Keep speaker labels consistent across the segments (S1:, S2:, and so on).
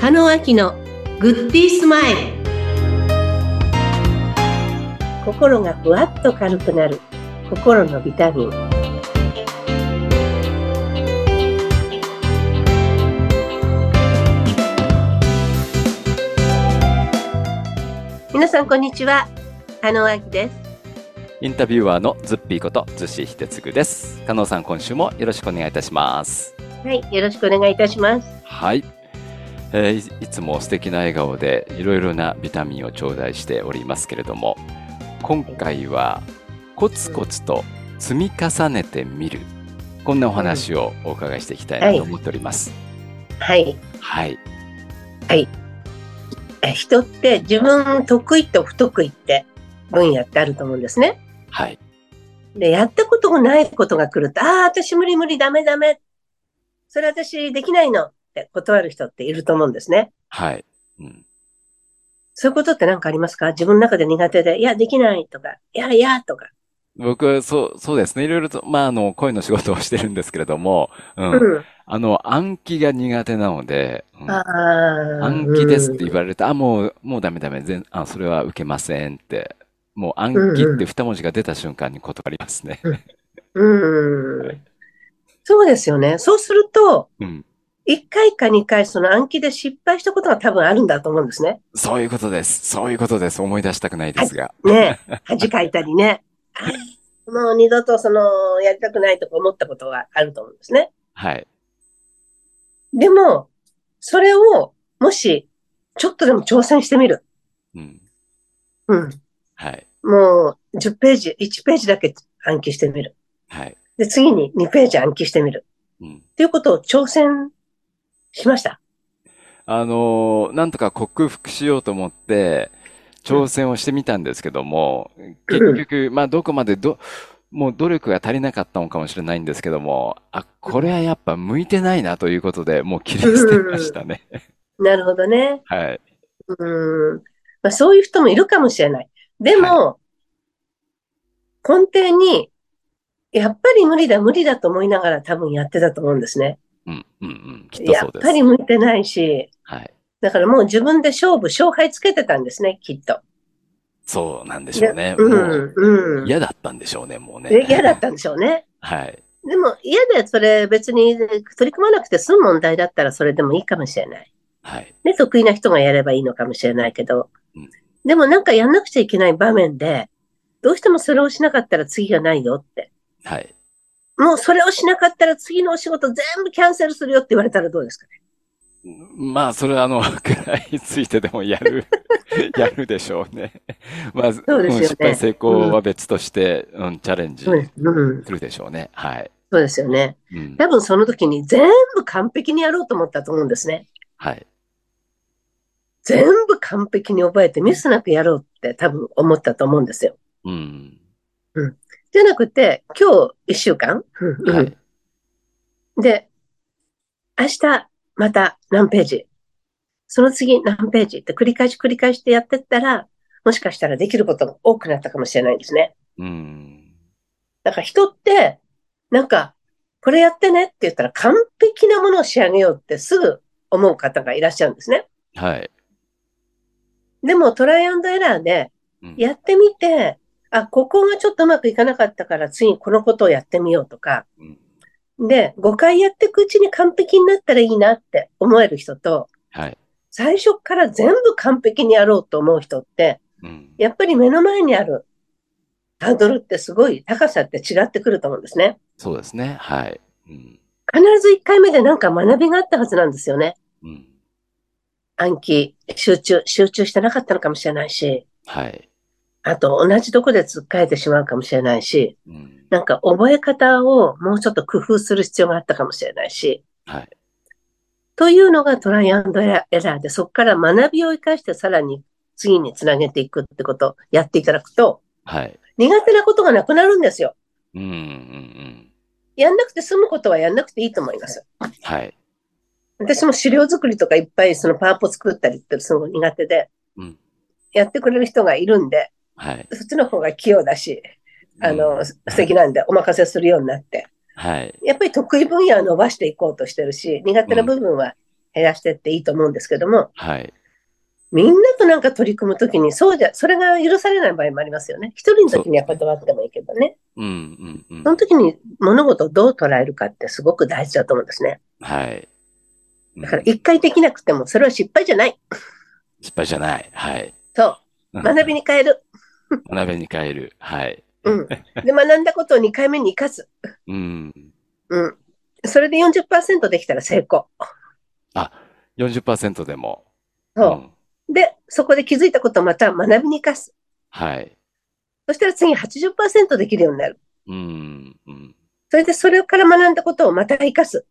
S1: 中野明のグッディースマイル心がふわっと軽くなる心のビタミン皆さんこんにちは加納明です
S2: インタビュアーのズッピーことズシヒテツグです。加納さん、今週もよろしくお願いいたします。
S1: はいよろしくお願いいたします
S2: はい。えーいいつも素敵な笑顔でいろいろなビタミンを頂戴しておりますけれども、今回はコツコツと積み重ねてみる。こんなお話をお伺いしていきたいなと思っております。
S1: はい
S2: はい。
S1: え人って自分得意と不得意って分野ってあると思うんですね
S2: はい。
S1: で、やったことがないことが来ると、ああ、私無理無理ダメダメ。それ私できないのって断る人っていると思うんですね。
S2: はい。うん。
S1: そういうことって何かありますか自分の中で苦手で、いや、できないとか、いや、いや、とか。
S2: 僕、そう、そうですね。いろいろと、まあ、あの、声の仕事をしてるんですけれども、う。
S1: うんん。
S2: あの、暗記が苦手なので、うん
S1: ああ。
S2: 暗記ですって
S1: うん
S2: 言われると、あ、もう、もうダメダメ、全、あ、それは受けませんって。もう暗記って二文字が出た瞬間に断りますね。
S1: うん。そうですよね。そうすると、
S2: うん。
S1: 1回か2回その暗記で失敗したことが多分あるんだと思うんですね。
S2: そういうことです。そういうことです。思い出したくないですが。
S1: ねえ。恥かいたりね。あーもう二度とその、やりたくないとか思ったことがあると思うんですね。
S2: はい。
S1: でも、それを、もし、ちょっとでも挑戦してみる。
S2: うん。
S1: うん。
S2: はい。
S1: もう、10ページ、1ページだけ暗記してみる。
S2: はい。
S1: で、次に2ページ暗記してみる。
S2: うん。
S1: っていうことを挑戦しました。
S2: あのーなんとか克服しようと思って、挑戦をしてみたんですけども、結局、まあ、どこまでど、もう努力が足りなかったのかもしれないんですけども、あ、これはやっぱ向いてないなということで、もう切り捨てましたね。
S1: なるほどね。
S2: はい。
S1: うん。まあ、そういう人もいるかもしれない。でも、根底に、やっぱり無理だ、無理だと思いながら多分やってたと思うんですね。
S2: うん、うん、うん。きっと
S1: や
S2: そう
S1: っ
S2: です。
S1: ぱり向いてないし、
S2: はい。
S1: だからもう自分で勝負、勝敗つけてたんですね、きっと。
S2: そうなんでしょうね。
S1: う
S2: も
S1: ん
S2: う、
S1: うん。
S2: 嫌だったんでしょうね、もう
S1: え
S2: ね。
S1: 嫌だったんでしょうね。
S2: はい。
S1: でも嫌でそれ別に取り組まなくて済む問題だったらそれでもいいかもしれない。
S2: はい。
S1: で、得意な人がやればいいのかもしれないけど
S2: うん。
S1: でもなんかやんなくちゃいけない場面で、どうしてもそれをしなかったら次がないよって。
S2: はい。
S1: もうそれをしなかったら次のお仕事全部キャンセルするよって言われたらどうですかね。
S2: まあ、それは、あの、くらいついてでも やる、やるでしょうね。まあ、
S1: よね
S2: ん失敗成功は別として、うん、チャレンジ
S1: そうです。うん。
S2: するでしょうね。はい。
S1: そうですよね。
S2: うん。
S1: 多分その時に全部完璧にやろうと思ったと思うんですね。
S2: はい。
S1: 全部完璧に覚えてミスなくやろうって多分思ったと思うんですよ。
S2: うん。
S1: じゃなくて、今日一週間、うん
S2: は
S1: うん
S2: い。
S1: で、明日また何ページ、その次何ページって繰り返し繰り返してやってったら、もしかしたらできることも多くなったかもしれないですね。
S2: うん。
S1: だから人って、なんか、これやってねって言ったら完璧なものを仕上げようってすぐ思う方がいらっしゃるんですね。
S2: はい。
S1: でもトライアンドエラーで
S2: うん
S1: やってみて、あ、ここがちょっとうまくいかなかったから次このことをやってみようとか、
S2: うん
S1: で、5回やっていくうちに完璧になったらいいなって思える人と、
S2: はい。
S1: 最初から全部完璧にやろうと思う人って、
S2: うん。
S1: やっぱり目の前にあるハードルってすごい高さって違ってくると思うんですね。
S2: そうですね。はい。うん。
S1: 必ず1回目でなんか学びがあったはずなんですよね。
S2: うん。
S1: 暗記、集中、集中してなかったのかもしれないし、
S2: はい。
S1: あと同じとこで突っかえてしまうかもしれないし、
S2: うん。
S1: なんか覚え方をもうちょっと工夫する必要があったかもしれないし、
S2: はい。
S1: というのがトライアンドエラエラーで、そこから学びを生かしてさらに次につなげていくってことをやっていただくと、
S2: はい。
S1: 苦手なことがなくなるんですよ。
S2: うん。うん。うん。
S1: やんなくて済むことはやんなくていいと思います。
S2: はい。
S1: 私も資料作りとかいっぱいそのパワポ作ったりってすごい苦手で、
S2: うん。
S1: やってくれる人がいるんで、
S2: はい。
S1: そっちの方が器用だし、あ
S2: う
S1: の、
S2: ん
S1: 素敵なんでお任せするようになって。
S2: はい。
S1: やっぱり得意分野を伸ばしていこうとしてるし、苦手な部分は減らしてっていいと思うんですけども、
S2: はい。
S1: みんなとなんか取り組むときに、そうじゃ、それが許されない場合もありますよね。一人の時には断ってもいいけどね。
S2: うん、うん、うん
S1: そ。の時に物事をどう捉えるかってすごく大事だと思うんですね。
S2: はい。うん
S1: だから一回できなくても、それは失敗じゃない。
S2: 失敗じゃない。はい。
S1: そう。学び
S2: に。
S1: に変える。
S2: 学びに変える。はい。
S1: うん。で、学んだことを2回目に生かす。
S2: うん。
S1: うん。それで40%できたら成功。
S2: 40%でも。
S1: そ
S2: ん。
S1: う。で、そこで気づいたことをまた学びに生かす。
S2: はい。
S1: そしたら次80%できるようになる。
S2: うん、うん。
S1: それでそれから学んだことをまた生かす。、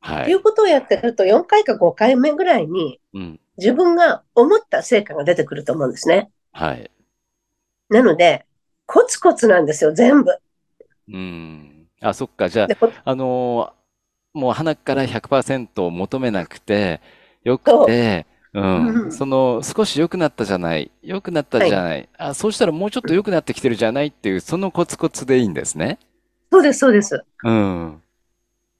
S2: はいい。
S1: うことをやってると4回か5回目ぐらいに
S2: うん。
S1: 自分が思った成果が出てくると思うんですね。
S2: はい。
S1: なので、コツコツなんですよ、全部。
S2: うん。あ、そっか。じゃあ
S1: で、こ
S2: あのーもう鼻から100%を求めなくて、よくて、うん、
S1: うん
S2: その、少し良くなったじゃない、良くなったじゃない、あ、そうしたらもうちょっと良くなってきてるじゃないっていう、そのコツコツでいいんですね。
S1: そうです、そうです。
S2: うん。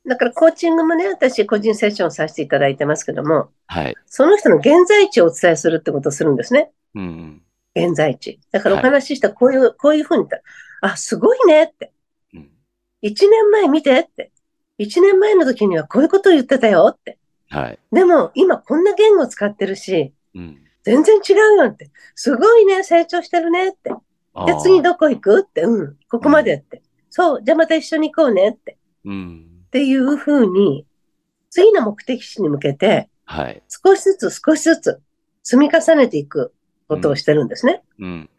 S1: だからコーチングもね、私個人セッションさせていただいてますけども、
S2: はい。
S1: その人の現在地をお伝えするってことをするんですね。
S2: うん。
S1: 現在地。だからお
S2: はい
S1: 話ししたこういう、こういうふうに言ったら、あ、すごいねって。
S2: うん。
S1: 一年前見てって。一年前の時にはこういうことを言ってたよって。
S2: はい。
S1: でも今こんな言語使ってるし、
S2: うん。
S1: 全然違うよって。すごいね、成長してるねって。
S2: あ
S1: じゃあ
S2: ー
S1: 次どこ行くって。うん、ここまでって。そう、じゃあまた一緒に行こうねって。
S2: うん
S1: っ。ていうふうに、次の目的地に向けて、
S2: はい。
S1: 少しずつ少しずつ積み重ねていくことをしてるんですね。
S2: うん。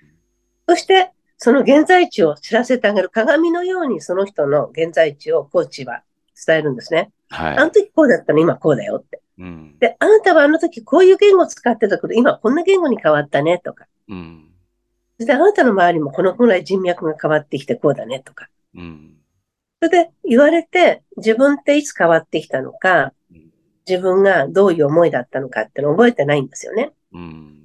S1: そして、その現在地を知らせてあげる鏡のようにその人の現在地をコーチは伝えるんですね。あ
S2: は
S1: の時こうだったの今こうだよって。
S2: い。うん。
S1: で、あなたはあの時こういう言語を使ってたけど今こんな言語に変わったねとか。
S2: うん。
S1: そしてあなたの周りもこのぐらい人脈が変わってきてこうだねとか。
S2: うん。
S1: それで言われて自分っていつ変わってきたのか、自分がどういう思いだったのかってのを覚えてないんですよね。
S2: うん。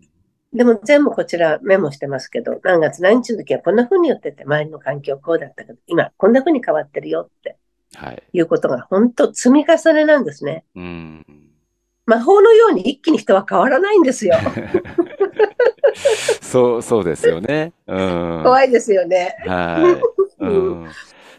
S1: でも全部こちらメモしてますけど、何月何日の時はこんな風に言ってて、周りの環境こうだったけど、今こんな風に変わってるよって
S2: はい。
S1: いうことが本当積み重ねなんですね。
S2: うん。
S1: 魔法のように一気に人は変わらないんですよ。
S2: そう、そうですよね。うん。
S1: 怖いですよね。
S2: はい。うん。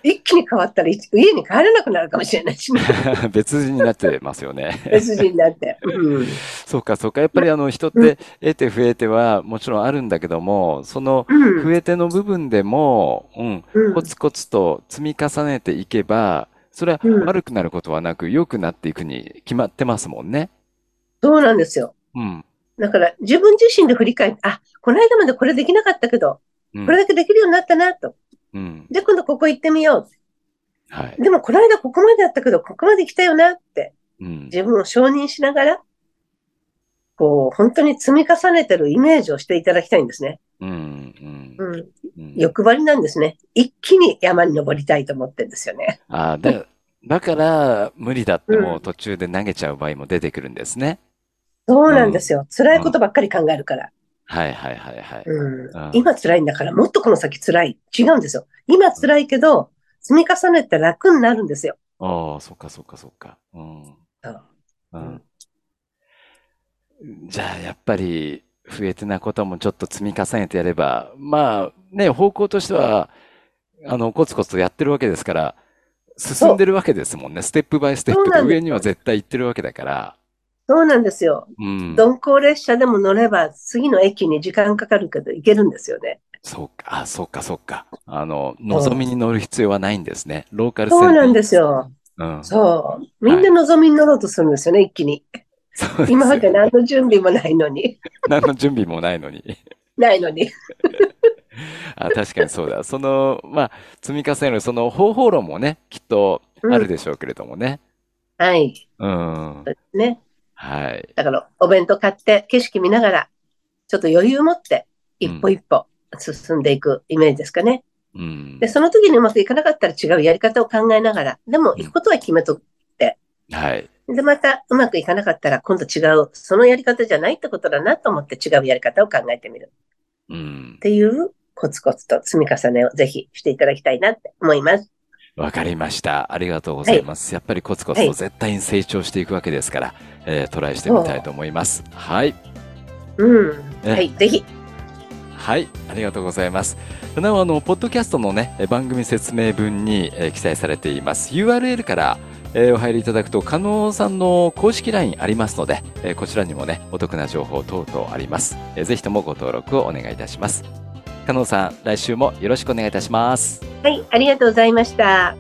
S1: 一気に変わったらい家に帰れなくなるかもしれないしね。
S2: 別人になってますよね。
S1: 別人になって。うん。
S2: そうか、そうか。やっぱりあの人って得て増えてはもちろんあるんだけども、その
S1: うん。
S2: 増えての部分でも、うん、
S1: うん
S2: コツコツと積み重ねていけば、それは
S1: うん
S2: 悪くなることはなく、良くなっていくに決まってますもんね。
S1: そうなんですよ。
S2: うん。
S1: だから自分自身で振り返って、あ、この間までこれできなかったけど、
S2: うん
S1: これだけできるようになったなと。
S2: うん。
S1: で、今度ここ行ってみよう。
S2: はい。
S1: でもこの間ここまでだったけど、ここまで来たよなって、
S2: うん。
S1: 自分を承認しながら、こう、本当に積み重ねてるイメージをしていただきたいんですね。
S2: うん。うん。
S1: うん。
S2: うん
S1: 欲張りなんですね。一気に山に登りたいと思ってるんですよね。
S2: あーだ、だから、無理だっても
S1: う
S2: う途中で投げちゃう場合も出てくるんですね。
S1: そうなんですよ。辛いことばっかり考えるから。
S2: はいはいはいはい。
S1: うん
S2: うん。
S1: 今辛いんだから、もっとこの先辛い。違うんですよ。今辛いけど、積み重ねて楽になるんですよ。
S2: ああ、そっかそっかそっか。うん。
S1: うん
S2: うん。じゃあ、やっぱり、増えてなこともちょっと積み重ねてやれば、まあ、ね、方向としては、あの、コツコツとやってるわけですから、進んでるわけですもんね。ステップバイステッ
S1: そう
S2: プ
S1: な
S2: で
S1: んです
S2: 上には絶対行ってるわけだから。
S1: そうなんですよ。
S2: うん。
S1: 鈍行列車でも乗れば、次の駅に時間かかるけど、行けるんですよね。
S2: そうか、あ、そうか、そうか。あの、望みに乗る必要はないんですね。ローカル
S1: そう
S2: 線でい
S1: ないん
S2: んで
S1: ですすよ。
S2: ね。うん。
S1: そう。みんな望みに乗ろうとするんですよね、一気に。
S2: そうです
S1: 今まで
S2: よ。
S1: 何の準備もないのに。
S2: 何の準備もないのに。
S1: ないのに。
S2: あ、確かにそうだ。そ の、まあ、積み重ねる、その方法論もね、きっとあるでしょうけれどもね。
S1: うんはい。
S2: うん。
S1: ね。
S2: はい。
S1: だから、お弁当買って、景色見ながら、ちょっと余裕持って、一歩一歩進んでいくイメージですかね。
S2: うん。
S1: で、その時にうまくいかなかったら違うやり方を考えながら、でも、行くことは決めとく。
S2: はい。
S1: で、また、うまくいかなかったら、今度違う、そのやり方じゃないってことだなと思って、違うやり方を考えてみる。
S2: うん
S1: っ。ていう、コツコツと積み重ねをぜひしていただきたいなって思います。
S2: わかりました。ありがとうございます。やっぱりコツコツ
S1: は
S2: と
S1: い
S2: 絶対に成長していくわけですから、えートライしてみたいと思います。はい。
S1: うん。
S2: ね
S1: はい、ぜひ。
S2: はい、ありがとうございます。なお、あの、ポッドキャストのね、え番組説明文に、えー記載されています。URL から、えーお入りいただくと、加納さんの公式 LINE ありますので、えーこちらにもね、お得な情報等々あります。えーぜひともご登録をお願いいたします。加納さん、来週もよろしくお願いいたします。
S1: はい、ありがとうございました。